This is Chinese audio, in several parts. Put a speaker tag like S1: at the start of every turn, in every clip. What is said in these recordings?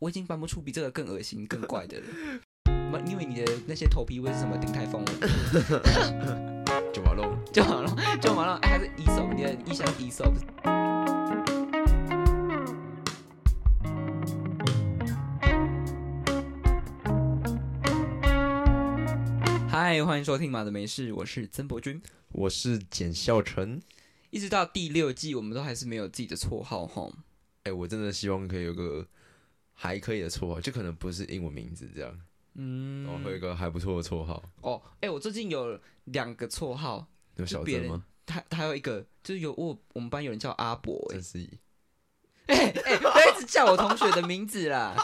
S1: 我已经搬不出比这个更恶心、更怪的了。妈因为你的那些头皮会是什么顶台风纹，
S2: 九毛肉，
S1: 就完了，就完了。哎，还是一手，你的意向一手。嗨，欢迎收听《马的没事》，我是曾博君。
S2: 我是简孝成。
S1: 一直到第六季，我们都还是没有自己的绰号哈。
S2: 哎、我真的希望可以有个还可以的绰号，就可能不是英文名字这样，
S1: 嗯
S2: 然后会有一个还不错的绰号。
S1: 哦，哎、我最近有两个绰号，
S2: 有小
S1: 别
S2: 珍
S1: 人
S2: 吗？
S1: 他他有一个就是有我我们班有人叫阿伯、欸
S2: 真，是
S1: 哎哎、欸他一直叫我同学的名字 啦，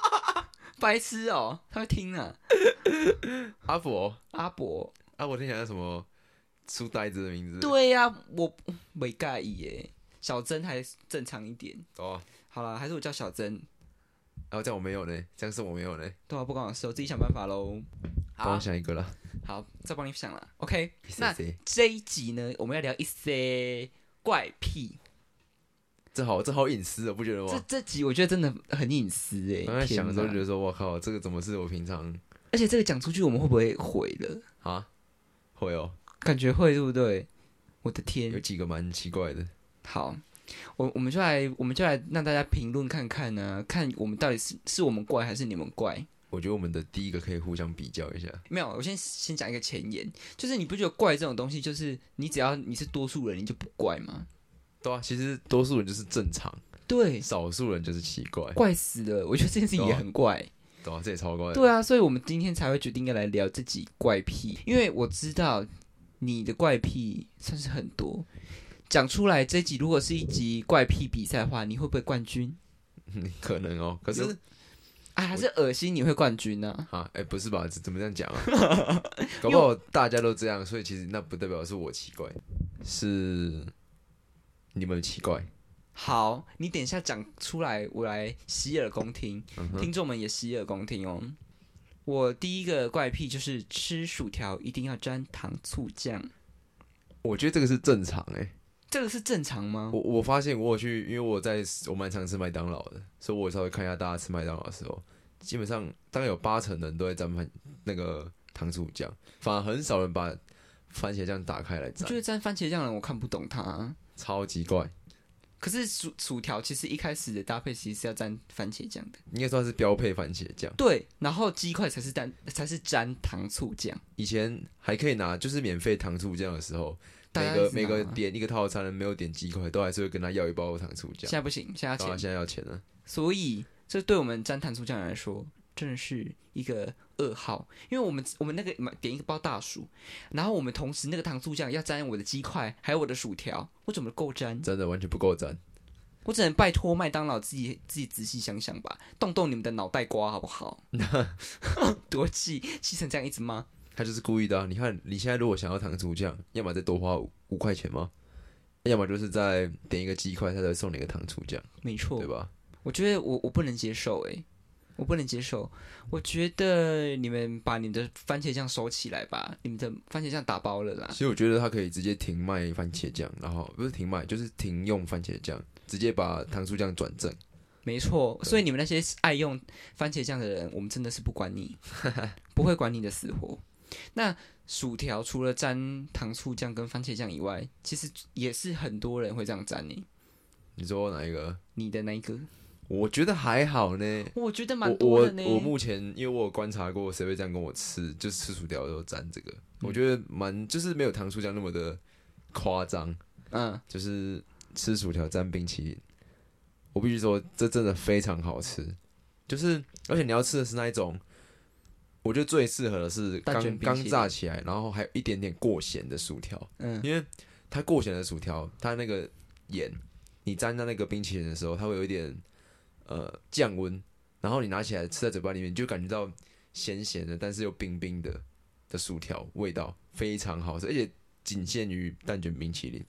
S1: 白痴哦、他会听啊，
S2: 阿伯，
S1: 阿伯，
S2: 阿伯听起来像什么书呆子的名字？，
S1: 对呀、我没介意耶、小珍还正常一点，
S2: 哦，
S1: 好啦，还是我叫小珍，
S2: 然后这样我没有呢，这样是我没有呢，
S1: 对啊，不关我事，我自己想办法喽。
S2: 帮
S1: 好啊
S2: 我，想一个啦。
S1: 好，再帮你想了，OK，那
S2: 谁谁？
S1: 这一集呢，我们要聊一些怪癖。
S2: 这好，这好隐私哦，不觉得
S1: 这
S2: 吗？
S1: 这集我觉得真的很隐私哎、欸，
S2: 刚才想的时候
S1: 天哪
S2: 觉得说，我靠，这个怎么是我平常
S1: 而且这个讲出去我们会不会毁了？
S2: 啊？会哦，
S1: 感觉会对不对？我的
S2: 有
S1: 天，
S2: 几个蛮奇怪的。
S1: 好，我我们就来我们就来让大家评论看看呢、看我们到底是是我们怪还是你们怪？
S2: 我觉得我们的第一个可以互相比较一下。
S1: 没有，我先先讲一个前言，就是你不觉得怪这种东西，就是你只要你是多数人，你就不怪吗？
S2: 对啊，其实多数人就是正常，
S1: 对，
S2: 少数人就是奇怪，
S1: 怪死了！我觉得这件事情也很怪。
S2: 对啊，这也超怪的。
S1: 对啊，所以我们今天才会决定要来聊自己怪癖，因为我知道你的怪癖算是很多。讲出来这一集如果是一集怪癖比赛的话，你会不会冠军？
S2: 嗯可能哦，可是
S1: 有啊，还是恶心你会冠军呢、
S2: 啊，哎、不是吧？怎怎么这样讲啊？ 搞不好大家都这样，所以其实那不代表是我奇怪，是你们奇怪。
S1: 好，你等一下讲出来，我来洗耳恭听，
S2: 嗯哼，
S1: 听众们也洗耳恭听哦。我第一个怪癖就是吃薯条一定要沾糖醋酱，
S2: 我觉得这个是正常哎、
S1: 这个是正常吗？
S2: 我我发现我有去，因为我在我蛮常吃麦当劳的，所以我稍微看一下大家吃麦当劳的时候，基本上大概有八成人都在沾番那个糖醋酱，反而很少人把番茄酱打开来
S1: 我
S2: 沾
S1: 觉，得沾番茄酱的人我看不懂他、
S2: 超级怪。
S1: 可是薯薯条其实一开始的搭配其实是要沾番茄酱的，
S2: 应该算是标配番茄酱。
S1: 对，然后鸡块才是沾才是沾糖醋酱，
S2: 以前还可以拿，就是免费糖醋酱的时候，
S1: 大
S2: 每
S1: 家
S2: 个
S1: 一直
S2: 每
S1: 拿
S2: 个
S1: 吗
S2: 点一个套餐的，没有点鸡块，都还是会跟他要一包糖醋
S1: 现
S2: 酱。
S1: 在不行，现在要
S2: 然后
S1: 钱，
S2: 现在要钱了，
S1: 所以这对我们沾糖醋酱来说真的是一个噩耗，因为我们我们那个买点一包大薯，然后我们同时那个糖醋酱要沾我的鸡块还有我的薯条，我怎么够沾？
S2: 真的完全不够沾。
S1: 我只能拜托麦当劳自己自己仔细想想 吧，动动你们的脑袋瓜好不好？多气气成这样一直骂。
S2: 他就是故意的、啊。你看，你现在如果想要糖醋酱，要么再多花五五块钱吗？要么就是再点一个鸡块，他才会送你一个糖醋酱，
S1: 没错
S2: 对，吧？
S1: 我觉得我我不能接受诶、我不能接受。我觉得你们把你们的番茄酱收起来吧，你们的番茄酱打包了啦
S2: 其。实我觉得他可以直接停卖番茄酱，然后不是停卖，就是停用番茄酱，直接把糖醋酱转正。
S1: 没错，所以你们那些爱用番茄酱的人，我们真的是不管 你，不会管你的死活。那薯条除了沾糖醋酱跟番茄酱以外，其实也是很多人会这样沾你。
S2: 你说哪一个？
S1: 你的那一个，
S2: 我觉得还好呢。
S1: 我觉得
S2: 我
S1: 蛮多
S2: 我
S1: 的呢。
S2: 我目前因为我有观察过谁会这样跟我吃，就是吃薯条的时候沾这个，
S1: 嗯
S2: 我觉得蛮就是没有糖醋酱那么的夸张，
S1: 嗯，
S2: 就是吃薯条沾冰淇淋，我必须说这真的非常好吃，就是而且你要吃的是那一种，我觉得最适合的是
S1: 蛋卷冰
S2: 刚
S1: 淇
S2: 刚
S1: 淋
S2: 炸起来，然后还有一点点过咸的薯条，
S1: 嗯，
S2: 因为它过咸的薯条，它那个盐，你沾到那个冰淇淋的时候，它会有一点呃降温，然后你拿起来吃在嘴巴里面，你就感觉到咸咸的，但是又冰冰的的薯条味道非常好吃，而且仅限于蛋卷冰淇淋。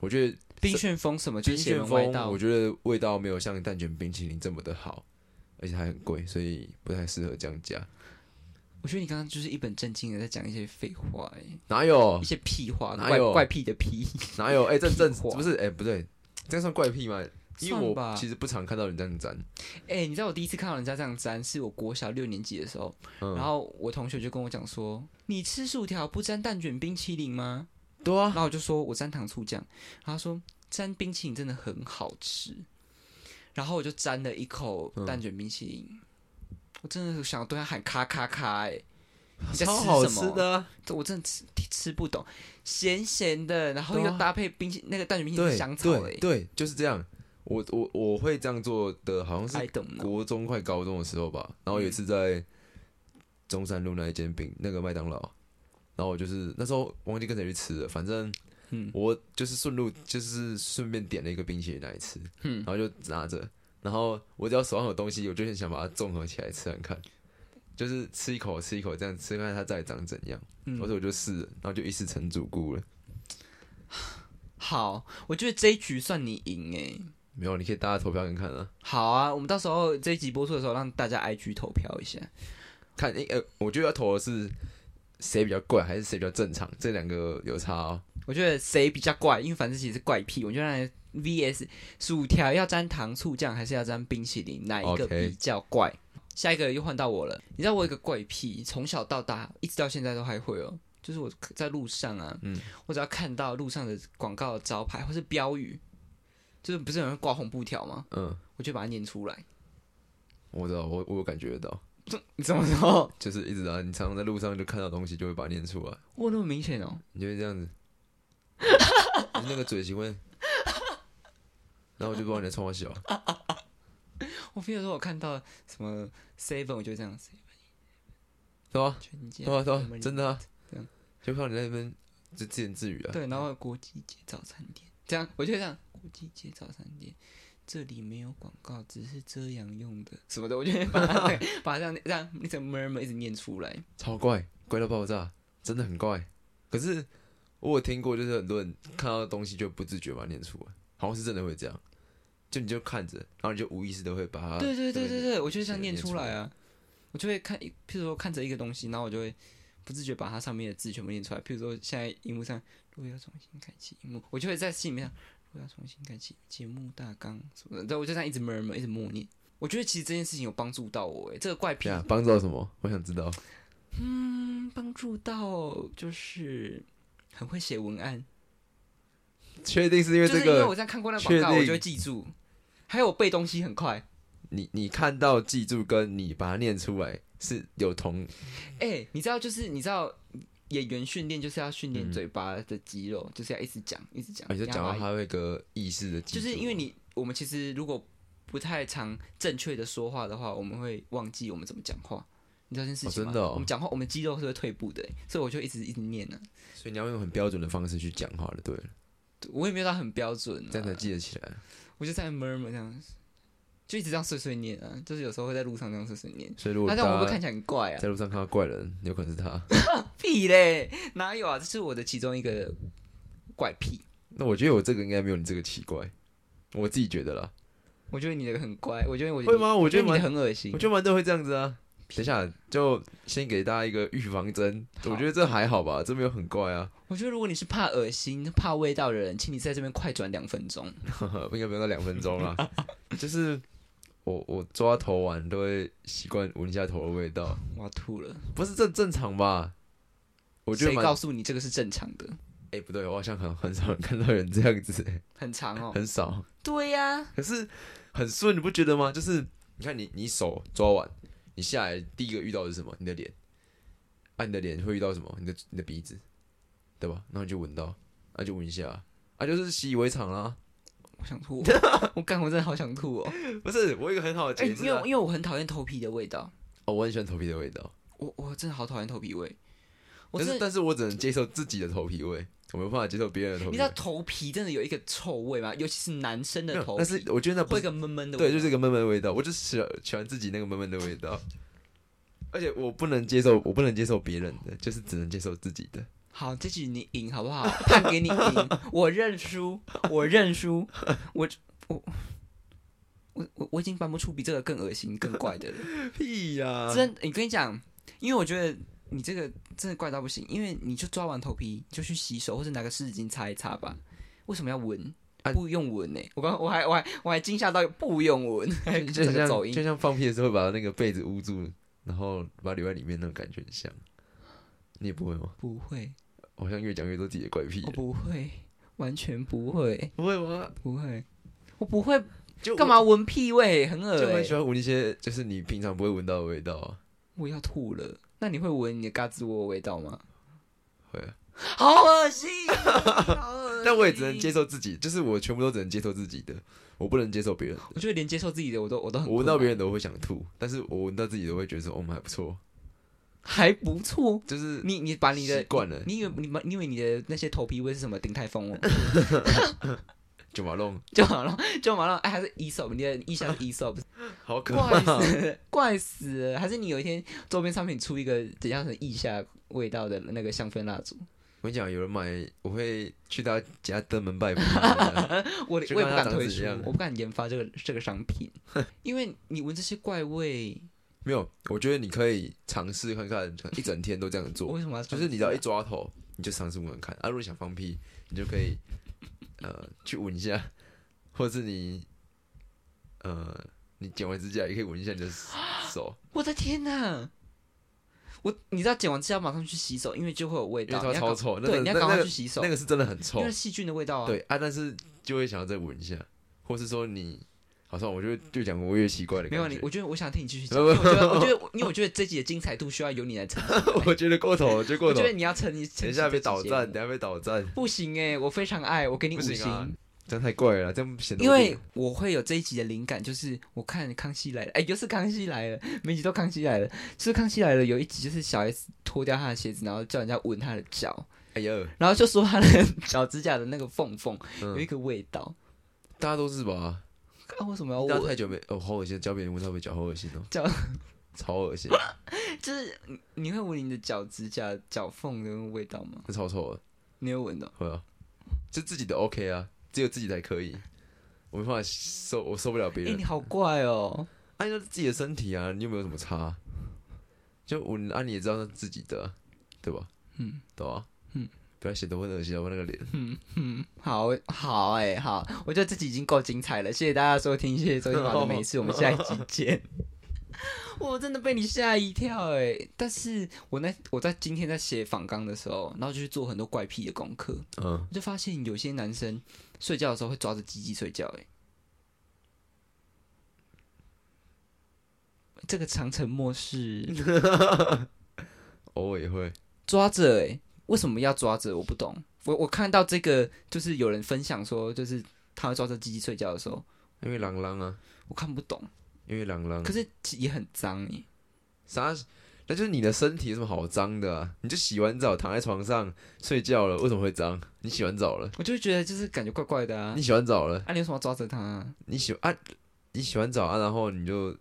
S2: 我觉得
S1: 冰旋风什么就
S2: 冰
S1: 是邪
S2: 旋
S1: 门歪
S2: 风，
S1: 道
S2: 我，觉得味道没有像蛋卷冰淇淋这么的好，而且还很贵，所以不太适合这样加。
S1: 我觉得你刚刚就是一本正经的在讲一些废话、欸，
S2: 哪有
S1: 一些屁话，
S2: 哦哪
S1: 怪
S2: 有
S1: 怪癖的癖。
S2: 哪有？哎、这这
S1: 屁话
S2: 不是哎、不对，这算怪癖吗？因为
S1: 算吧
S2: 我其实不常看到人这样沾，
S1: 哎、你知道我第一次看到人家这样沾，是我国小六年级的时候，
S2: 嗯
S1: 然后我同学就跟我讲说：“你吃薯条不沾蛋卷冰淇淋吗？”
S2: 对啊
S1: 然，后我就说：“我沾糖醋酱。”然后他说：“沾冰淇淋真的很好吃。”然后我就沾了一口蛋卷冰淇
S2: 嗯
S1: 淋，我真的想对他喊咔咔咔、哎，你在
S2: 超
S1: 吃
S2: 好
S1: 什么
S2: 吃的啊，
S1: 这我真的吃吃不懂，咸咸的，然后
S2: 对啊
S1: 又搭配冰淇那个蛋卷冰淇淋
S2: 对
S1: 是香草、
S2: 对
S1: 欸，
S2: 对，就是这样。我我我会这样做的，好像是
S1: 哎，I don't know，
S2: 国中快高中的时候吧，然后有一次
S1: 嗯
S2: 在中山路那一间饼那个麦当劳，然后我就是那时候忘记跟谁去吃了，反正
S1: 嗯
S2: 我就是顺路就是顺便点了一个冰淇淋来吃，
S1: 嗯
S2: 然后就拿着，然后我只要手上有东西，我就很想把它综合起来吃看看，就是吃一口吃一口这样吃看看它到底长怎样，
S1: 嗯
S2: 或者我就试了，然后就一试成主顾了。
S1: 好，我觉得这一局算你赢哎、
S2: 没有，你可以大家投票看看啊，
S1: 好啊，我们到时候这一集播出的时候，让大家 IG 投票一下。
S2: 看诶呃，我觉得要投的是谁比较怪，还是谁比较正常，这两个有差哦。
S1: 我觉得谁比较怪，因为反正其实是怪癖，我就让人 VS 薯条要沾糖醋酱还是要沾冰淇淋，哪一个
S2: OK
S1: 比较怪下一个又换到我了，你知道我有一个怪癖，从小到大一直到现在都还会哦。就是我在路上啊，
S2: 嗯
S1: 我只要看到路上的广告的招牌或是标语，就是不是有人会挂红布条吗？
S2: 嗯，
S1: 我就把它念出来。
S2: 我知道，我我有感觉得到，
S1: 你怎么 说？
S2: 就是一直啊，你常常在路上就看到东西，就会把它念出来，
S1: 哇，那么明显哦！
S2: 你就会这样子，就是那个嘴型会，然后我就不知道你在冲我笑，
S1: 我比如说我看到什么 seven，我就会这样子，
S2: 对吧？
S1: 全家
S2: 对吧？对
S1: 什么
S2: 吧？真的啊
S1: 这样，
S2: 就看到你在那边就自言自语啊，
S1: 对，然后国际街早餐店，这样我就这样，国际街早餐店，这里没有广告，只是遮阳用的什么的，我就会把 它把它这样这样一直 murmur 一直念出来。
S2: 超怪，怪到爆炸，真的很怪。可是我有听过，就是很多人看到东西就不自觉把它念出来，好像是真的会这样，就你就看着，然后你就无意识的会把它，
S1: 对对对对对，我就会这样
S2: 写
S1: 念
S2: 念
S1: 出
S2: 出
S1: 来
S2: 来
S1: 啊，我就会看，譬如说看着一个东西，然后我就会不自觉把它上面的字全部念出来。譬如说现在荧幕上，如果要重新开启荧幕，我就会在心里面想，如果要重新开启节目大纲什么的，对，我就这样一直 murmur 一直默念。我觉得其实这件事情有帮助到我，欸诶，这个怪癖
S2: 对啊，帮助到什么？我想知道。
S1: 嗯，帮助到就是很会写文案，
S2: 确定是因为
S1: 就
S2: 这
S1: 是因为
S2: 个
S1: 我？在看过那个广
S2: 确
S1: 告，我就
S2: 定
S1: 会记住。还有我背东西很快，
S2: 你你看到记住跟你把它念出来是有同
S1: 哎、你知道就是你知道演员训练就是要训练
S2: 嗯
S1: 嘴巴的肌肉，就是要一直讲一直讲，
S2: 啊，你就
S1: 要
S2: 讲到
S1: 把
S2: 他会有一个意识的记
S1: 就
S2: 住，
S1: 是因为你我们其实如果不太常正确的说话的话，我们会忘记我们怎么讲话。你知道这件事
S2: 哦
S1: 情吗？
S2: 真的哦
S1: 我们讲话，我们肌肉是会退步的，欸所以我就一直一直念啊呢、
S2: 所以你要用很标准的方式去讲话了，对了，
S1: 嗯我也没有到很标准、啊，
S2: 这样才记得起来。
S1: 我就在 murmur 这样，就一直这样碎碎念啊，就是有时候会在路上这样碎碎念。
S2: 所以如果
S1: 那
S2: 大
S1: 这样会不会看
S2: 家
S1: 起来很怪啊？
S2: 在路上看到怪人，有可能是他。
S1: 屁嘞，哪有啊？这是我的其中一个怪癖。
S2: 那我觉得我这个应该没有你这个奇怪，我自己觉得啦。
S1: 我觉得你的很怪，我觉得我
S2: 会吗？我
S1: 我
S2: 觉
S1: 觉得
S2: 得
S1: 你的
S2: 蛮，
S1: 很恶心
S2: 我。觉得蛮多会这样子啊。等一下，就先给大家一个预防针。
S1: 好
S2: 我觉得这还好吧，这没有很怪啊，
S1: 我觉得如果你是怕恶心、怕味道的人，请你在这边快转两分钟。
S2: 应该不用到两分钟啦。就是我我抓头完都会习惯闻一下头的味道，
S1: 我要吐了。
S2: 不是这正常吧？我觉得
S1: 谁
S2: 蛮
S1: 告诉你这个是正常的？
S2: 哎、不对，我好像很很少人看到人这样 子、欸
S1: 很长哦。
S2: 很少。
S1: 对呀、
S2: 可是很顺，你不觉得吗？就是你看你你手抓完，你下来第一个遇到的是什么？你的脸，啊，你的脸会遇到什么？你的你的鼻子，对吧？然后你就闻到，啊就闻一下，啊就是习以为常啊啦。
S1: 我想 吐。我干，我真的好想吐哦。
S2: 不是，我有一个很好的
S1: 哎、
S2: 解
S1: 因
S2: 释、
S1: 为
S2: 啊
S1: 因为我很讨厌头皮的味道，
S2: 哦，我很喜欢头皮的味道，
S1: 我我真的好讨厌头皮味。我
S2: 但
S1: 真
S2: 是
S1: 的
S2: 但是我只能接受自己的头皮味，我没有办法接受别人的头
S1: 你
S2: 皮
S1: 知道
S2: 味。
S1: 头皮真的有一个臭味吗？尤其是男生
S2: 没
S1: 的
S2: 有
S1: 头，皮，
S2: 但是我觉得那不
S1: 会
S2: 是
S1: 有一个闷闷的味
S2: 对，
S1: 道。
S2: 就是一个闷闷的味道。我就是喜欢喜欢自己那个闷闷的味道，而且我不能接受，我不能接受别人的，就是只能接受自己的。
S1: 好，这局你赢好不好？判给你赢，我认输，我认输，我我我我我已经搬不出比这个更恶心、更怪的了。
S2: 屁呀、
S1: 真，你跟你讲，因为我觉得你这个真的怪到不行，因为你就抓完头皮你就去洗手，或者拿个湿纸巾擦一擦吧。为什么要闻？
S2: 啊
S1: 不用闻呢、我刚我还我还我还惊吓到不用闻，还
S2: 就
S1: 整个
S2: 像
S1: 走音
S2: 就像放屁的时候会把那个被子捂住，然后把它留在里面，那种感觉很像。你也不会吗？
S1: 不会，
S2: 我好像越讲越多自己的怪癖
S1: 我
S2: 了。
S1: 不会，完全不会，
S2: 不会吗？
S1: 不会，我不会
S2: 就
S1: 干？嘛闻屁味，很恶欸
S2: 就很
S1: 心、
S2: 喜欢闻一些就是你平常不会闻到的味道啊。
S1: 我要吐了。那你会闻你的嘎吱窝的味道吗？
S2: 会啊，
S1: 好恶心，好恶心
S2: 但我也只能接。受自己，就是我全部都只能接受自己的，我不能接受别人的。
S1: 我觉得连接受自己的我都我都很
S2: 我闻到别
S1: 人
S2: 人的我会想吐，但是我闻到自己的我会觉得说，哦，我们还不错，
S1: 还不错。
S2: 就是
S1: 你你把啊你的
S2: 习惯了
S1: 你以为你们你以为你的那些头皮味是什么鼎泰丰哦？
S2: 九马龙，
S1: 就好了，就好了。哎，还是 ESOP，你的意向是 ESOP，
S2: 好可
S1: 怪
S2: 怕。
S1: 死， 怪死了。还是你有一天周边商品出一个怎样的腋下味道的那个香氛蜡烛？
S2: 我跟你讲，有人买，我会去他家登门拜访。
S1: 我我也
S2: 就
S1: 不
S2: 跟它
S1: 敢
S2: 长
S1: 推
S2: 怎
S1: 出
S2: 样，
S1: 我不敢研发这个这个商品，因为你闻这些怪味，
S2: 没有，我觉得你可以尝试看看，一整天都这样
S1: 我啊
S2: 做，
S1: 为什么要
S2: 就
S1: 穿
S2: 是
S1: 这个？
S2: 你只要一抓头，你就尝试闻闻看。啊，如果想放屁，你就可以呃去闻一下，或者是你呃你剪完指甲也可以闻一下你的手，
S1: 我的天哪！我你知道剪完指甲马上去洗手，因为就会有味
S2: 因为
S1: 道，
S2: 它
S1: 你要
S2: 超
S1: 赶
S2: 臭，那
S1: 对，
S2: 个
S1: 你
S2: 那
S1: 要赶快
S2: 那
S1: 去
S2: 个
S1: 洗手，
S2: 那个是真的很臭
S1: 因为，细菌的味道啊。
S2: 对啊，但是就会想要再闻一下，或是说你好像我就就讲我越奇怪的
S1: 没
S2: 感
S1: 有
S2: 觉，
S1: 你，我觉得我想听你继 续讲，
S2: 不
S1: 因
S2: 不
S1: 为我觉得，我觉得，因为我觉得这集的精彩度需要由你来撑。
S2: 我觉得过头了，就
S1: 我
S2: 过头
S1: 觉
S2: 了
S1: 得，你要撑，你撑
S2: 等一下
S1: 起这
S2: 被
S1: 集
S2: 倒
S1: 节
S2: 站，
S1: 目
S2: 等一下被倒站，
S1: 不行哎，我非常爱，我给你五
S2: 不行啊
S1: 星，
S2: 这样太怪了，这样显得
S1: 因
S2: 我
S1: 为我会有这一集的灵感，就是我看《康熙来了》，哎，又是《康熙来了》，每集都《康熙来了》，就是《康熙来了》有一集就是小 S 脱掉她的鞋子，然后叫人家闻她的脚，
S2: 哎呀，
S1: 然后就说她的脚指甲的那个缝缝有一
S2: 嗯，
S1: 个味道，
S2: 大家都是吧？
S1: 啊，为什么要
S2: 大家
S1: 闻？
S2: 太久没哦，好恶心，教别人闻到被脚好恶心哦，
S1: 叫
S2: 超恶心，
S1: 就是你你会闻你的脚指甲脚缝的那个味道吗？
S2: 那超臭的，
S1: 你会闻到？
S2: 会啊，就自己的 OK 啊，只有自己才可以，我没办法受，我受不啊了别
S1: 哎、
S2: 人
S1: 你，好怪哦！
S2: 按照自己的身体啊，你有没有什么差？就我按、啊、你也知道是自己的啊，对吧？
S1: 嗯，
S2: 对啊，
S1: 嗯，
S2: 不要显得我很恶心啊，我那个脸，
S1: 嗯，好 好哎、好，我觉得这集已经够精彩了，谢谢大家收听，谢谢收听《马的美事》，我们下一集见。我真的被你吓一跳哎、但是我那我在今天在写访纲的时候，然后就去做很多怪癖的功课，
S2: 嗯，
S1: 我 就发现有些男生睡觉的时候会抓着鸡鸡睡觉哎、这个长沉默是
S2: 偶尔也会，
S1: 抓着哎、为什么要抓着？我不懂。我我看到这个，就是有人分享说，就是他会抓着鸡鸡睡觉的时候，
S2: 因为朗朗啊，
S1: 我看不懂。
S2: 因为朗朗
S1: 可，是其也很脏哎、
S2: 啥？那就是你的身体有什么好脏的、啊？你就洗完澡躺在床上睡觉了，为什么会脏？你洗完澡了，
S1: 我就会觉得就是感觉怪怪的啊
S2: 你。洗完澡了，
S1: 啊，你为什么要抓着他、
S2: 你洗啊，你洗完澡啊，然后你就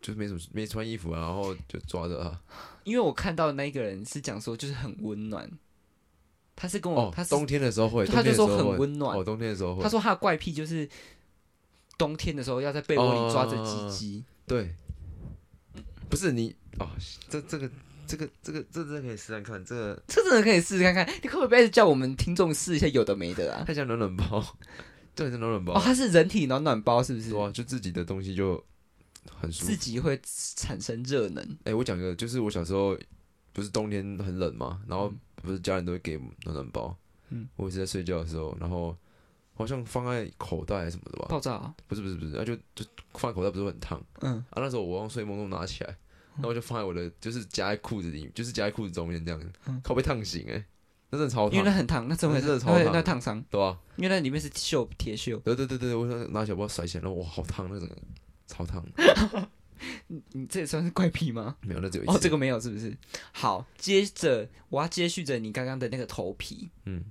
S2: 就没什么没穿衣服啊，然后就抓着啊。
S1: 因为我看到那一个人是讲说，就是很温暖。他是跟我，
S2: 哦
S1: 他，是
S2: 冬天的时候会，
S1: 他就
S2: 冬
S1: 说
S2: 天的时候
S1: 很
S2: 会
S1: 温暖
S2: 哦，。冬天的时候会
S1: 他，说他的怪癖就是冬天的时候要在被窝里抓着鸡
S2: 哦
S1: 鸡。
S2: 对，不是你哦，这这个这个这个这这可以试试看，这个
S1: 这真的可以试试看看，你可不可以叫我们听众试一下有的没的啊？
S2: 太像暖暖包， 对，是暖暖
S1: 哦，
S2: 包，
S1: 它是人体暖暖包是不是？
S2: 对啊，就自己的东西就很舒服
S1: 自。己会产生热能。
S2: 哎、我讲一个，就是我小时候不是冬天很冷嘛，然后不是家人都会给暖暖包，
S1: 嗯，
S2: 我也是在睡觉的时候，然后好像放在口袋还是什么的吧，
S1: 爆炸、啊，
S2: 不是不是不是，啊就就放在口袋不是会很烫
S1: 嗯，
S2: 啊，那时候我用睡梦中拿起来，然后我就放在我的就是夹在裤子里，就是夹在裤子中间这样，
S1: 嗯
S2: 靠被烫醒哎、那真的超
S1: 因为
S2: 烫
S1: 那，很烫，那真的
S2: 那真的超
S1: 那会
S2: 烫
S1: 那烫伤，
S2: 对吧、啊？
S1: 因为那里面是锈铁锈。
S2: 对对对对，我想拿小包甩起来，然后哇好烫，那整个超烫，
S1: 你这也算是怪癖吗？
S2: 没有那只有一次，
S1: 哦，这个没有是不是？好，接着我要接续着你刚刚的那个头皮。
S2: 嗯，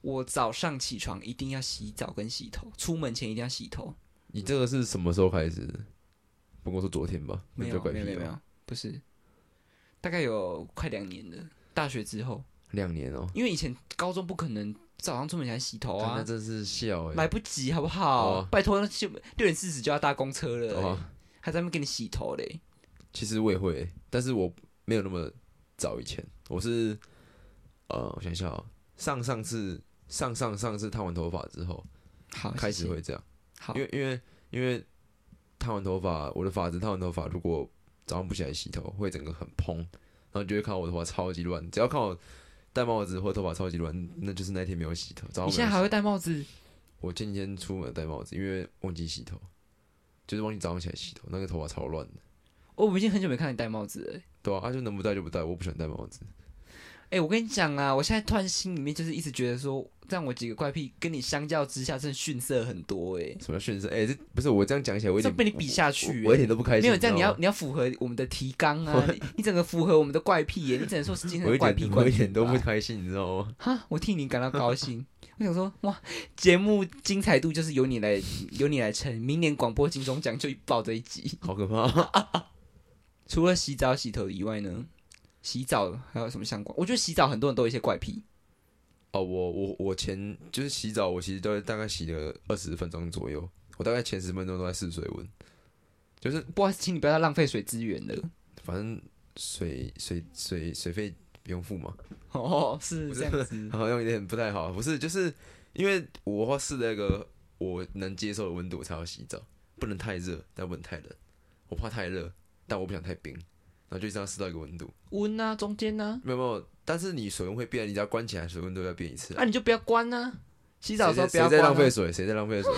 S1: 我早上起床一定要洗澡跟洗头，出门前一定要洗头。
S2: 你这个是什么时候开始的？不跟我说昨天吧，
S1: 没
S2: 那
S1: 有
S2: 比较怪
S1: 没有
S2: 癖
S1: 没
S2: 哦
S1: 有没
S2: 吧
S1: 有，不是，大概有快两年了。大学之后，
S2: 两年哦、
S1: 因为以前高中不可能早上出门前洗头
S2: 干
S1: 啊
S2: 那，真是笑哎、
S1: 来不及好不好？
S2: 哦
S1: 拜托，就六点四十就要搭公车了、
S2: 哦，
S1: 还在那边给你洗头嘞。
S2: 其实我也会、欸但是我没有那么早以前，我是呃，我想一下、哦，上上次上上上次烫完头发之后，
S1: 好，
S2: 开
S1: 啊谢
S2: 始
S1: 谢
S2: 会这样，
S1: 好
S2: 因，为因为因为烫完头发，我的发质烫完头发，如果早上不起来洗头，会整个很蓬，然后你就会看到我的头发超级乱，只要看我戴帽子或头发超级乱，那就是那天没有洗头。早上
S1: 你
S2: 没
S1: 现
S2: 有
S1: 在还
S2: 洗
S1: 会戴帽子？
S2: 我今天出门戴帽子，因为忘记洗头，就是忘记早上起来洗头，那个头发超乱的。
S1: 哦我已经很久没看你戴帽子了。
S2: 对啊，啊就能不戴就不戴，我不喜欢戴帽子。
S1: 哎、我跟你讲啊，我现在突然心里面就是一直觉得说，让我几个怪癖跟你相较之下，真的逊色很多哎、
S2: 什么炫色？哎、这不是我这样讲起来，我一
S1: 这
S2: 点
S1: 被你比下去、
S2: 我我一
S1: 欸，
S2: 点都不开心。
S1: 没有这样，你
S2: 知道
S1: 要
S2: 吗
S1: 你要符合我们的提纲啊，你你整个符合我们的怪癖耶、你只能说是今天
S2: 我
S1: 的
S2: 一
S1: 怪
S2: 点
S1: 癖怪
S2: 我
S1: 癖
S2: 一点都不
S1: 吧
S2: 开心，你知道吗？
S1: 哈，我替你感到高兴。我想说，哇，节目精彩度就是由你来由你来撑，明年广播金钟奖就报这一集。
S2: 好可怕！
S1: 除了洗澡洗头以外呢，洗澡还有什么相关？我觉得洗澡很多人都有一些怪癖。
S2: 哦，我我我前就是洗澡，我其实都大概洗了二十分钟左右，我大概前十分钟都在试水温，就是
S1: 不好意思，请你不要再浪费水资源了。
S2: 反正水水水水费不用付嘛。
S1: 哦，是这样子。
S2: 好像有点不太好，不是，就是因为我要试那个我能接受的温度才要洗澡，不能太热，但不能太冷。我怕太热，但我不想太冰，然后就这样试到一个温度。
S1: 温啊，中间啊，
S2: 没有没有，但是你水温会变，你只要关起来，水温都要变一次啊。
S1: 啊，你就不要关啊。洗
S2: 洗
S1: 澡的时候不要
S2: 谁在
S1: 关、
S2: 浪费
S1: 啊。
S2: 水？谁在浪费水？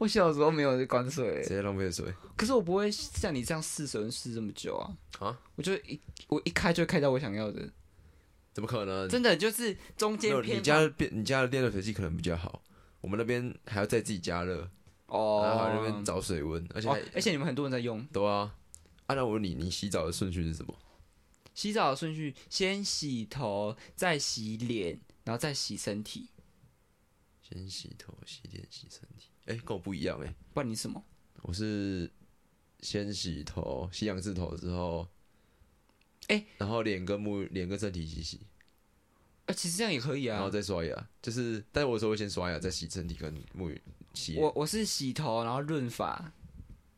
S1: 我洗澡的时候没有关水
S2: 谁，在浪费水？
S1: 可是我不会像你这样试水温试这么久啊。
S2: 啊？
S1: 我就一我一开就会开到我想要的，
S2: 怎么可能？
S1: 真的就是中
S2: 没
S1: 间
S2: 有
S1: 偏
S2: 你家的变，你家的电热水器可能比较好，我们那边还要再自己加热，然后还
S1: 哦
S2: 要，那边找水温，而且
S1: 哦
S2: 还，
S1: 而且你们很多人在用
S2: 对啊。按照我问你，你洗澡的顺序是什么？
S1: 洗澡的顺序，先洗头，再洗脸，然后再洗身体。
S2: 先洗头、洗脸、洗身体。哎、跟我不一样哎、
S1: 不然你什么？
S2: 我是先洗头，洗两次头之后，
S1: 诶
S2: 然后脸跟目脸跟身体一起洗，
S1: 啊，其实这样也可以
S2: 然后
S1: 啊。
S2: 再刷牙。就是，但是我说会先刷牙，再洗身体跟沐浴洗脸。
S1: 我我是洗头，然后润发、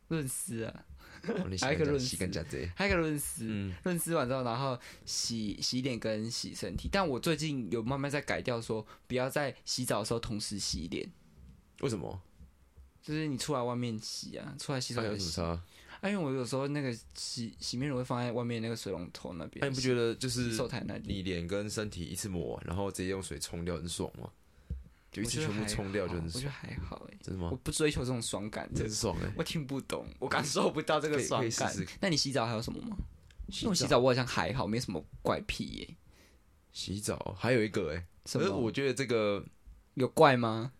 S1: 润丝啊，
S2: 哦你洗
S1: 还有一个
S2: 干净
S1: 润
S2: 洗干
S1: 丝
S2: 净这。
S1: 还有一个润丝。
S2: 嗯，
S1: 润丝完之后，然后洗洗脸跟洗身体。但我最近有慢慢在改掉说不要在洗澡的时候同时洗脸，
S2: 为什么？
S1: 就是你出来外面洗啊，出来洗
S2: 洗
S1: 手
S2: 澡
S1: 间
S2: 有什么
S1: 洗。
S2: 差？
S1: 啊，因为我有时候那个洗洗面乳会放在外面那个水龙头那边，
S2: 那、你不觉得就
S1: 洗
S2: 是
S1: 手台那里？
S2: 你脸跟身体一次抹完，然后直接用水冲掉，很爽吗？就一
S1: 我
S2: 次
S1: 觉得
S2: 全部
S1: 还
S2: 冲掉
S1: 好
S2: 就很
S1: 我觉
S2: 爽哦
S1: 得，还好哎，
S2: 真的吗
S1: 我？不追求这种爽感的
S2: 真，爽哎、
S1: 我听不懂， 我感受不到这
S2: 嗯可
S1: 个
S2: 以
S1: 爽
S2: 可以试
S1: 感
S2: 试。
S1: 那你洗澡还有什么吗？因为我洗
S2: 洗
S1: 澡我好像还好，没什么怪癖耶。
S2: 洗澡还有一个哎、
S1: 什
S2: 可是
S1: 么
S2: 我？觉得这个，
S1: 有怪吗？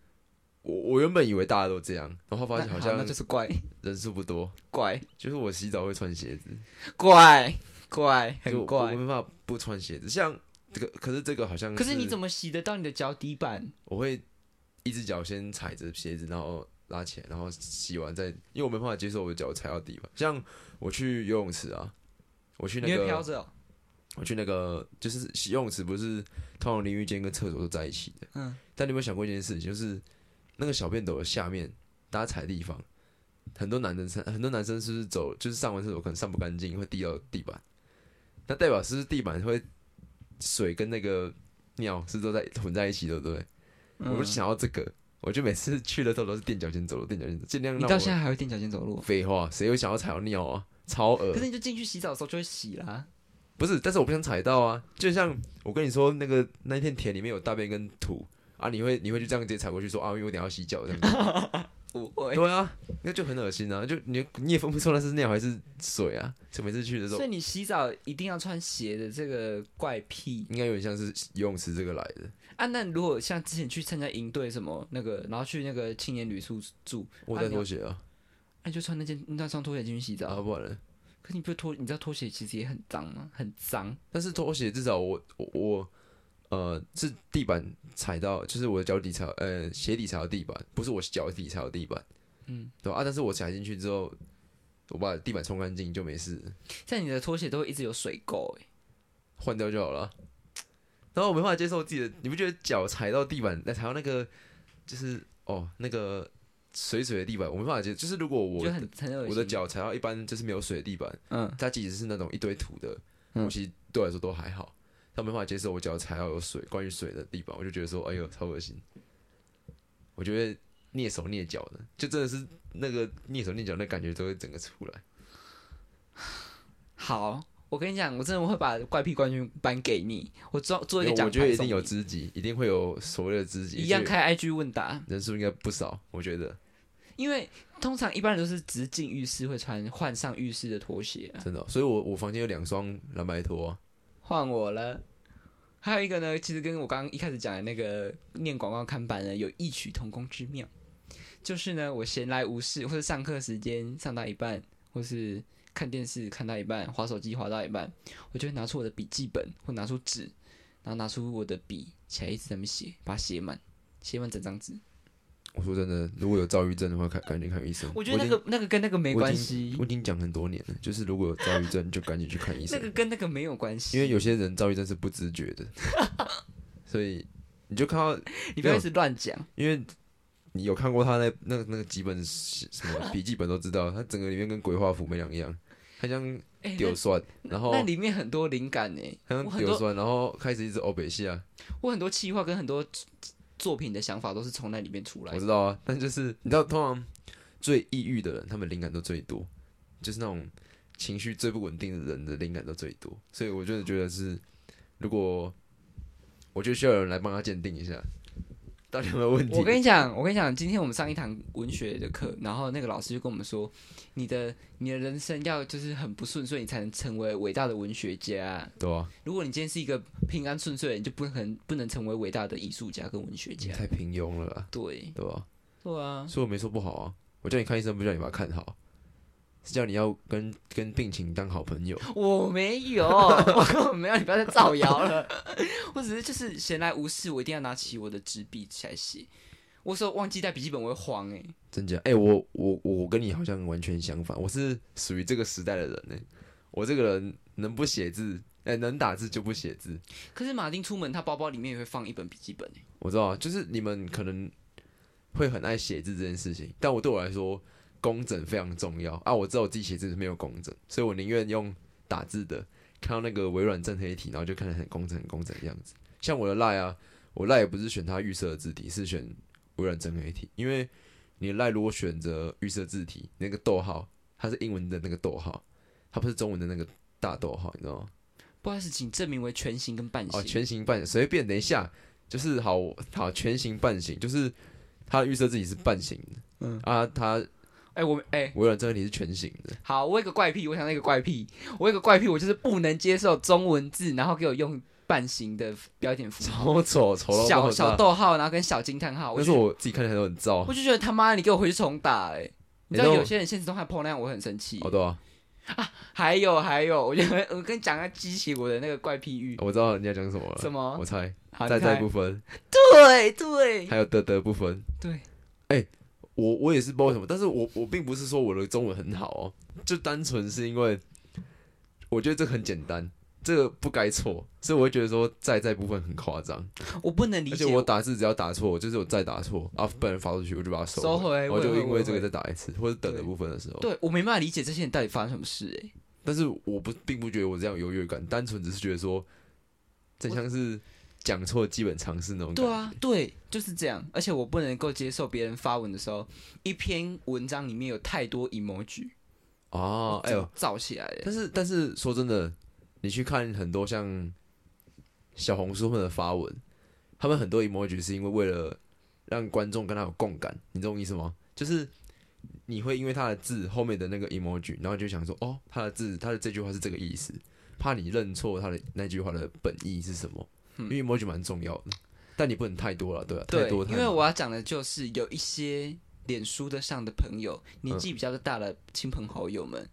S2: 我我原本以为大家都这样，然后发现
S1: 那
S2: 好
S1: 那
S2: 像
S1: 就是怪
S2: 人数不多。
S1: 怪
S2: 就是我洗澡会穿鞋子，
S1: 怪怪，
S2: 就
S1: 很
S2: 我我
S1: 怪。
S2: 没办法不穿鞋子。像这个，可是这个好像
S1: 可是你怎
S2: 么？
S1: 么洗得到你的脚底板？
S2: 我会一只脚先踩着鞋子，然后拉起来，然后洗完再，因为我没办法接受我的脚踩到地板。像我去游泳池啊，我去
S1: 你
S2: 那
S1: 会飘
S2: 个，
S1: 着哦？
S2: 我去那个，就是洗游泳池不是通常淋浴间跟厕所都在一起的。
S1: 嗯，
S2: 但你有没有想过一件事情，就是那个小便斗的下面，大家踩的地方，很多男生上很多男生是不是走就是上完厕所可能上不干净，会滴到地板，那代表是不是地板会水跟那个尿是都在混在一起，对不对？我就
S1: 嗯
S2: 想要这个，我就每次去的时候都是垫脚尖走路，垫脚尖走路，尽量
S1: 你
S2: 让
S1: 到现
S2: 我
S1: 在还会踮脚尖走 路？哦
S2: 废话，谁会想要踩到尿啊？超恶
S1: 可是你就进去洗澡的时候就会洗啦。
S2: 不是，但是我不想踩到啊！就像我跟你说，那个那一片田里面有大便跟土啊，你会你会就这样直接踩过去说啊，因为我等一下要洗脚这样子。
S1: 不会。
S2: 对啊，那就很恶心啊！就你你也分不出那是尿还是水啊！所以每次去的时候
S1: 所以，你洗澡一定要穿鞋的这个怪癖
S2: 应该有点像是游泳池这个来的。
S1: 啊！那如果像之前去参加营队什么那个，然后去那个青年旅宿住，
S2: 我带拖鞋啊，
S1: 那、你就穿那件，那双拖鞋进去洗澡。
S2: 啊不然呢，
S1: 可你不拖，你知道拖鞋其实也很脏吗？很脏。
S2: 但是拖鞋至少我我我呃是地板踩到，就是我的脚底踩呃鞋底踩到地板，不是我脚底踩到地板，
S1: 嗯，
S2: 对吧啊，但是我踩进去之后，我把地板冲干净就没事了。
S1: 在你的拖鞋都会一直有水垢、欸，
S2: 换掉就好了。然后我没办法接受自己的，你不觉得脚踩到地板，那踩到那个就是哦那个水水的地板，我没办法接受。就是如果
S1: 我
S2: 我
S1: 觉得很很恶心。
S2: 我的，脚踩到一般就是没有水的地板，
S1: 嗯，
S2: 它即使是那种一堆土的，
S1: 嗯
S2: 我其实对我来说都还好。但没办法接受我脚踩到有水，关于水的地板，我就觉得说，哎呦，超恶心。我觉得蹑手蹑脚的，就真的是那个蹑手蹑脚那感觉都会整个出来。
S1: 好，我跟你讲，我真的会把怪癖冠军颁给你，我做做一个
S2: 因为
S1: 奖
S2: 我
S1: 牌
S2: 觉
S1: 送你，
S2: 得一定有知己，一定会有所谓的知己，
S1: 一样
S2: 就
S1: 开 IG 问答，
S2: 人数应该不少，我觉得
S1: 因为通常一般人都是直进浴室会穿换上浴室的拖鞋啊、
S2: 真的哦、所以我我房间有两双蓝白拖、啊，
S1: 换我了。还有一个呢，其实跟我刚刚一开始讲的那个念广告看板呢有异曲同工之妙，就是呢，我闲来无事或者上课时间上到一半，或是看电视看到一半，划手机划到一半，我就会拿出我的笔记本或拿出纸，然后拿出我的笔起来一直在那边写，把它写满，写满整张纸。
S2: 我说真的，如果有躁郁症的话，赶赶紧看医生。
S1: 我觉得那个那个跟那个没
S2: 我已经
S1: 关系
S2: 我已经我，已经讲很多年了，就是如果有躁郁症，就赶紧去看医
S1: 那
S2: 生，
S1: 个跟那个没有关系，
S2: 因为有些人躁郁症是不知觉的，所以你就看到，
S1: 你不要一直乱讲。
S2: 因为你有看过他那那那个几本什么笔记本都知道，他整个里面跟鬼画符没两样，他像
S1: 哎、
S2: 丢酸，然后
S1: 那那里面很多灵感呢、
S2: 他
S1: 我
S2: 像
S1: 很多
S2: 丢酸，然后开始一直欧北西啊。
S1: 我很多企划跟很多作作品的想法都是从那里面出来
S2: 我
S1: 的。
S2: 知道啊，但就是你知道，通常最抑郁的人，他们灵感都最多，就是那种情绪最不稳定的人的灵感都最多。所以我就是觉得是，如果我就需要有人来帮他鉴定一下，到底有没有问题。
S1: 我跟你讲，我跟你讲，今天我们上一堂文学的课，然后那个老师就跟我们说，你的你的人生要就是很不顺遂，你才能成为伟大的文学家。
S2: 对啊，
S1: 如果你今天是一个平安顺遂的人，你就不可能不能成为伟大的艺术家跟文学
S2: 你
S1: 家。
S2: 太平庸了啦，
S1: 对，
S2: 对吧、
S1: 嗯对啊，
S2: 所以我没说不好啊，我叫你看医生，不叫你把它看好，是叫你要跟跟病情当好朋友。
S1: 我没有，我根本没有，你不要再造谣了。 我只是就是闲来无事，我一定要拿起我的纸笔起来写。我说忘记带笔记本，我会慌哎、
S2: 真假？哎、我我我跟你好像完全相反，我是属于这个时代的人呢、我这个人能不写字，哎、能打字就不写字。
S1: 可是马丁出门，他包包里面也会放一本笔记本欸、
S2: 我知道啊，就是你们可能会很爱写字这件事情，但我对我来说，工整非常重要啊。我知道我自己写字是没有工整，所以我宁愿用打字的，看到那个微软正黑体，然后就看得很工整、很工整的样子。像我的赖啊，我赖也不是选它预设的字体，是选微软正黑体，因为你赖如果选择预设字体，那个逗号它是英文的那个逗号，它不是中文的那个大逗号，你知道吗？
S1: 不好意思，请证明为全形跟半形。
S2: 哦，全形半形随便，等一下，就是好好全形半形，就是他预设自己是半形的，
S1: 嗯
S2: 啊，他
S1: 哎、我哎、
S2: 微软这个你是全形 的，
S1: 好，我有个怪癖，我想到一个怪癖，我有个怪癖，我就是不能接受中文字，然后给我用半形的标点符号，
S2: 超哦丑 丑到爆
S1: 小
S2: 炸
S1: 小，逗号，然后跟小惊叹号，我
S2: 但
S1: 就是觉得
S2: 我自己看起来都很糟，
S1: 我就觉得他妈你给我回去重打哎、你知
S2: 那
S1: 道
S2: 我
S1: 有些人现实中还碰那样，我很生气。
S2: 哦对啊，
S1: 还有还有，我觉得我跟你讲，它激起我的那个怪癖欲。
S2: 我知道你要讲什么了，啊
S1: 什么
S2: 我猜
S1: 好，
S2: 在
S1: 你看
S2: 在不分，
S1: 对对
S2: 还有得得不分，
S1: 对，
S2: 我我也是不知道为什么，但是我我并不是说我的中文很好哦，就单纯是因为我觉得这个很简单。这个不该错，所以我会觉得说在在部分很夸张，
S1: 我不能理
S2: 而
S1: 解
S2: 且我打字只要打错，就是我再打错啊，被人发出去我就把它收
S1: 收回，
S2: 我
S1: 也
S2: 就
S1: 会
S2: 因为这个
S1: 我也会
S2: 再打一次，或者等的部分的时候。
S1: 对我没办法理解这些人到底发生什么事哎、
S2: 但是我不并不觉得我这样有优越感，单纯只是觉得说，这像是讲错基本常识那种感
S1: 对
S2: 觉。
S1: 啊，对，就是这样。而且我不能够接受别人发文的时候，一篇文章里面有太多 emoji，
S2: 哦，哎呦，，
S1: 造起来的。
S2: 但是但是说真的，你去看很多像小红书他们的发文，他们很多 emoji 是因为为了让观众跟他有共感，你懂我意思吗？就是你会因为他的字后面的那个 emoji，然后就想说，哦，他的字，他的这句话是这个意思，怕你认错他的那句话的本意是什么，因为 emoji 蛮重要的，但你不能太多了，对吧、
S1: 对
S2: 太多，，太
S1: 因为我要讲的就是有一些脸书的上的朋友，年
S2: 嗯
S1: 纪比较大的亲朋好友们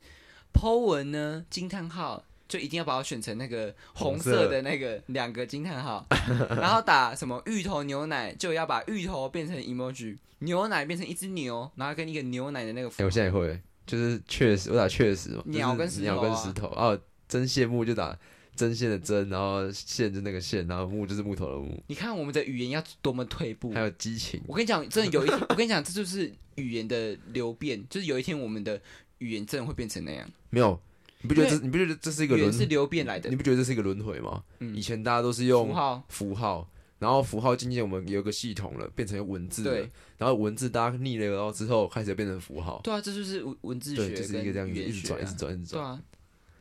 S1: ，Po 文呢惊叹号。就一定要把我选成那个红
S2: 红
S1: 色
S2: 色
S1: 的那个两个惊叹 号，然后打什么芋头牛奶，就要把芋头变成 emoji，牛奶变成一只牛，然后跟一个牛奶的那个符
S2: 哎、我现在也会，就是确实，我打确实嘛，就是
S1: 鸟跟石头啊
S2: 鸟跟石头啊，针线木就打针线的针，然后线就那个线，然后木就是木头的木，
S1: 你看我们的语言要多么退步
S2: 还。有激情，
S1: 我跟你讲，真的有一天， 我跟你讲，这就是语言的流变，就是有一天我们的语言真的会变成那样。
S2: 没有，你不觉得
S1: 因
S2: 这你不觉得这是一个
S1: 语言
S2: 轮
S1: 是流变来的
S2: 你，不觉得这是一个轮回吗？
S1: 嗯
S2: 以前大家都是
S1: 符
S2: 用
S1: 号。
S2: 符号，然后符号渐渐我们有一个系统了，变成有文字了
S1: 对，
S2: 然后文字大家腻了，然后之后开始变成符号，
S1: 对啊，这就是文文字学
S2: 对，
S1: 跟
S2: 就是一个这样子，
S1: 语言
S2: 一直
S1: 学
S2: 转，一
S1: 啊
S2: 直转，一直
S1: 对
S2: 转。
S1: 啊，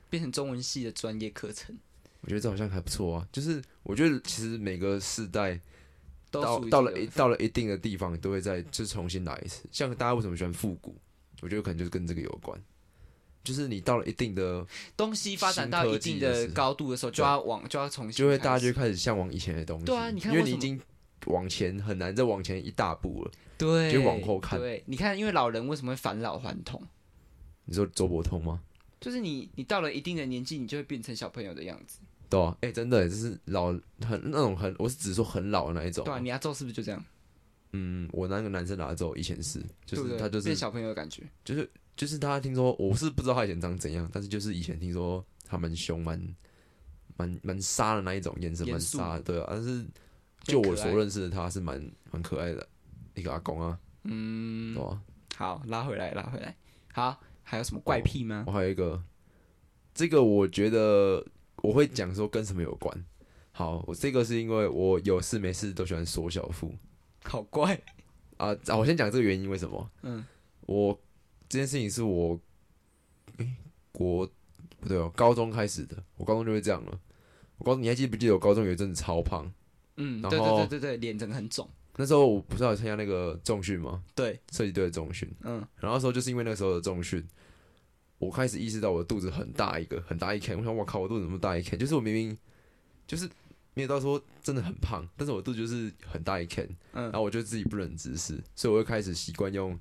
S1: 变成中文系的专业课程，
S2: 我觉得这好像还不错啊，就是我觉得其实每个世代
S1: 都
S2: 到
S1: 属于
S2: 到
S1: 这
S2: 了
S1: 个
S2: 一到了一定的地方，都会再就是重新来一次。像大家为什么喜欢复古，我觉得可能就是跟这个有关，就是你到了一定的，
S1: 东西发展
S2: 新
S1: 到
S2: 科
S1: 一
S2: 技
S1: 定
S2: 的
S1: 的
S2: 时候
S1: 高度的时候，就要往就要重新
S2: 就会大家
S1: 开
S2: 就
S1: 始
S2: 会开始向往以前的东西。
S1: 对啊你看
S2: 因为
S1: 为
S2: 你
S1: 什
S2: 已
S1: 么
S2: 经往前很难再往前一大步了。
S1: 对，
S2: 就往后看
S1: 对，你看，因为老人为什么会返老还童？
S2: 你说周伯通吗？
S1: 就是你你到了一定的年纪，你就会变成小朋友的样子，
S2: 对啊，哎、真的就是老很那种很，我是只说很老的那一种
S1: 对。啊，你阿宙是不是就这样？
S2: 嗯，我那个男生拿的之后，以前是，就
S1: 对不
S2: 是
S1: 对
S2: 他就
S1: 变
S2: 是
S1: 小朋友的感觉，
S2: 就是就是他听说，我是不知道他以前长怎样，但是就是以前听说他蛮凶、蛮蛮蛮杀的那一种，眼神蛮
S1: 严肃
S2: 杀的，对啊。但是
S1: 变
S2: 就我
S1: 可
S2: 所
S1: 爱
S2: 认识的他是蛮蛮可爱的一个阿公啊，
S1: 嗯
S2: 对，啊吧、
S1: 好，拉回来，拉回来，好，还有什么怪癖吗？
S2: 我还有一个，这个我觉得我会讲说跟什么有关。好，我这个是因为我有事没事都喜欢缩小腹
S1: 好怪，
S2: 啊啊！我先讲这个原因为什么？
S1: 嗯，
S2: 我这件事情是我，诶、国不对哦，高中开始的，我高中就会这样了。我高中你还记不记得我高中有一阵子超胖？
S1: 嗯，
S2: 然
S1: 对对
S2: 后
S1: 对对对，脸整个很肿，
S2: 那时候我不是有参加那个重训吗？
S1: 对，
S2: 射击队的重训，
S1: 嗯，
S2: 然后那时候就是因为那个时候的重训，我开始意识到我的肚子很大一个，很大一 K。我想，我靠，我肚子怎么那么大一 K？就是我明明就是没有到说真的很胖，但是我肚子就是很大一 K。
S1: 嗯
S2: 然后我就自己不忍直视，所以我就开始习惯用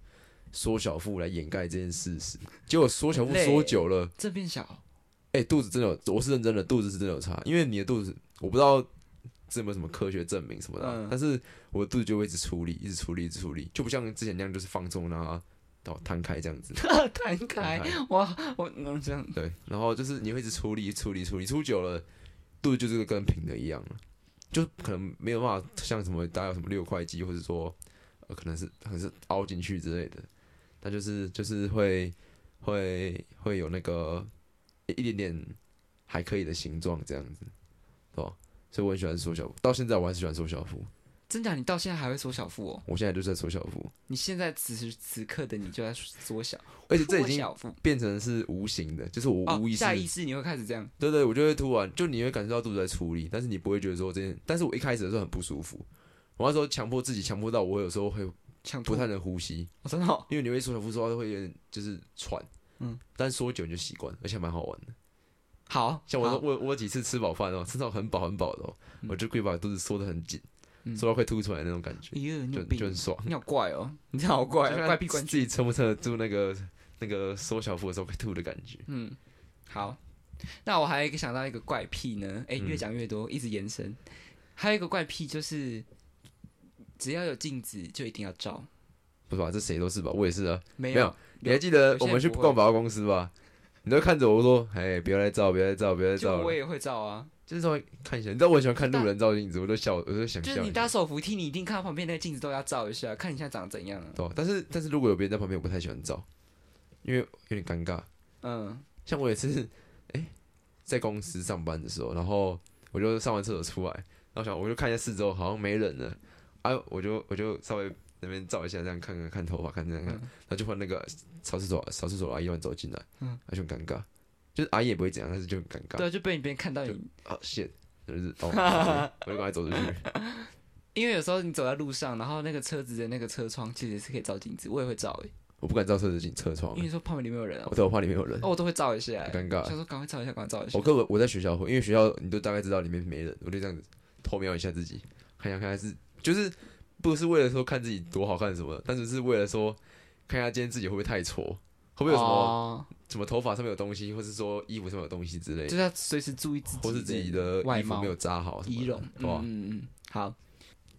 S2: 缩小腹来掩盖这件事实。结果缩小
S1: 很
S2: 腹
S1: 累
S2: 缩久了，
S1: 这变小，
S2: 哎、肚子真的有，我是认真的，肚子是真的有差，因为你的肚子，我不知道这有没有什么科学证明什么的啊，
S1: 嗯
S2: 但是我的肚子就会一直出力，一直出力，一直出力，就不像之前那样就是放松然后到摊开这样子，
S1: 摊
S2: 摊
S1: 开，
S2: 开，
S1: 哇，我能这样，
S2: 对，然后就是你会一直出力，出力，出力，出久了，肚子就是跟平的一样了，就可能没有办法像什么大家有什么六块肌，或者说、呃、可能是可能是凹进去之类的，但就是就是会会会有那个一一点点还可以的形状这样子，对吧？所以我很喜欢缩小腹，到现在我还是喜欢缩小腹，
S1: 真假？你到现在还会缩小腹哦？
S2: 我现在就是在缩小腹，
S1: 你现在此时此刻的你就在缩小，
S2: 而且这已
S1: 缩
S2: 经
S1: 小腹
S2: 变成是无形的，就是我
S1: 哦
S2: 无，意识、
S1: 下意识你会开始这样，
S2: 对对，我就会突然就你会感受到肚子在出力，但是你不会觉得说这件，但是我一开始的时候很不舒服，我那时候强迫自己强迫到我有时候会
S1: 抢脱
S2: 不太能呼吸，
S1: 我真的哦
S2: 因为你会缩小腹缩到会有点就是喘，
S1: 嗯，
S2: 但缩久你就习惯，而且蛮好玩的。
S1: 好，
S2: 像我
S1: 好
S2: 说我我有几次吃饱饭哦，吃到很饱很饱的、哦，
S1: 嗯
S2: 我就故意把肚子缩得很紧，
S1: 嗯
S2: 缩到快凸出来那种感觉，
S1: 哎呦，你有
S2: 就
S1: 病
S2: 就很爽。
S1: 你好怪哦，你真的好怪
S2: 就
S1: 哦，
S2: 看
S1: 怪癖关
S2: 自己撑不撑得住那个那个缩小腹的时候快吐的感觉。
S1: 嗯，好，那我还有一个想到一个怪癖呢，哎、
S2: 嗯
S1: 越讲越多，一直延伸。还有一个怪癖就是，只要有镜子就一定要照，
S2: 不是吧？这谁都是吧？我也是啊。
S1: 没
S2: 没有你还记得我们去逛百货公司吧？你都看着我说：“哎，不要再照，不要再照，不要再
S1: 就
S2: 照
S1: 我
S2: 了。
S1: 也会照啊，”
S2: 就是说看一下，你知道我很喜欢看路人照镜子，我都笑，我都想
S1: 就
S2: 笑
S1: 是你
S2: 一下。
S1: 搭手扶梯，你一定看到旁边那个镜子都要照一下，看你现在长得怎样啊。
S2: 对啊，但是但是如果有别人在旁边，我不太喜欢照，因为有点尴尬。
S1: 嗯，
S2: 像我也是， 哎，在公司上班的时候，然后我就上完厕所出来，然后想我就看一下四周，好像没人了，哎、我就我就稍微那边照一下，这样看看看头发，看这样看，
S1: 嗯
S2: 然后就换那个扫厕所扫厕所的阿姨突然走进来，
S1: 嗯，
S2: 而就很尴尬。就是阿姨也不会怎样，但是就很尴尬。
S1: 对啊，就被别人看到你，
S2: 啊，shit，就是哦，OK，我就赶快走出去。
S1: 因为有时候你走在路上，然后那个车子的那个车窗其实是可以照镜子，我也会照诶、
S2: 我不敢照车子进车窗
S1: 因，为说旁边里面有人啊
S2: 我，对我怕里面有人，
S1: 哦，我都会照一下、欸，
S2: 很尴尬
S1: 想。说赶快照一下，赶快照一下
S2: 我。跟我我在学校会，因为学校你都大概知道里面没人，我就这样子偷瞄一下自己，看一下看一下是就是不是为了说看自己多好看什么的，但只是为了说看一下今天自己会不会太挫，会不会有什么
S1: 哦
S2: 什么头发上面有东西，或是说衣服上面有东西之类
S1: 就是
S2: 的，
S1: 要随时注意自己，
S2: 哎或是自己的
S1: 外
S2: 衣服
S1: 貌
S2: 没有扎好什么的，
S1: 仪容。
S2: 对吧
S1: 嗯？嗯嗯，好。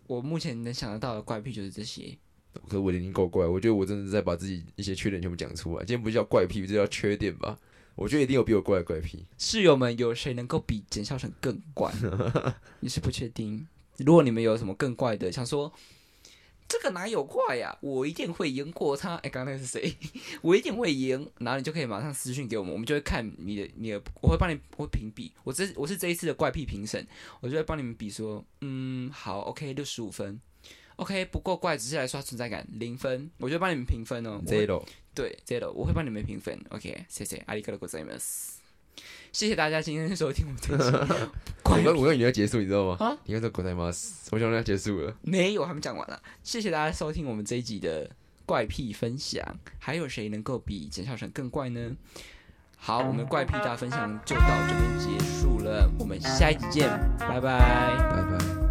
S1: 我目前能想得到的怪癖就是这些。
S2: 啊可是我已经够怪，我觉得我真的是在把自己一些缺点全部讲出来。今天不是叫怪癖，这叫缺点吧？我觉得一定有比我怪的怪癖。
S1: 室友们有谁能够比简孝成更怪？也是不确定。如果你们有什么更怪的，想说这个哪有快呀、我一定会赢过他。哎、刚刚那个是谁？ 我一定会赢。然后你就可以马上私讯给我们，我们就会看你的你的，我会帮你，我会评比。我这我是这一次的怪癖评审，我就会帮你们比说，嗯，好，OK，六十五分，OK 不够怪，只是来刷存在感，零分，我就会帮你们评分哦。我会
S2: zero，
S1: 对，zero，我会帮你们评分。OK，谢谢，阿里嘎多ございます。谢谢大家今天收听我这期
S2: 我
S1: 怪
S2: 跟我跟你要结束，你知道吗？
S1: 啊
S2: 你看这国泰吗？我想要结束了，
S1: 没有，还没讲完呢、啊谢谢大家收听我们这一集的怪癖分享。还有谁能够比简孝成更怪呢？好，我们怪癖大分享就到这边结束了，我们下一集见，拜拜。
S2: 拜拜。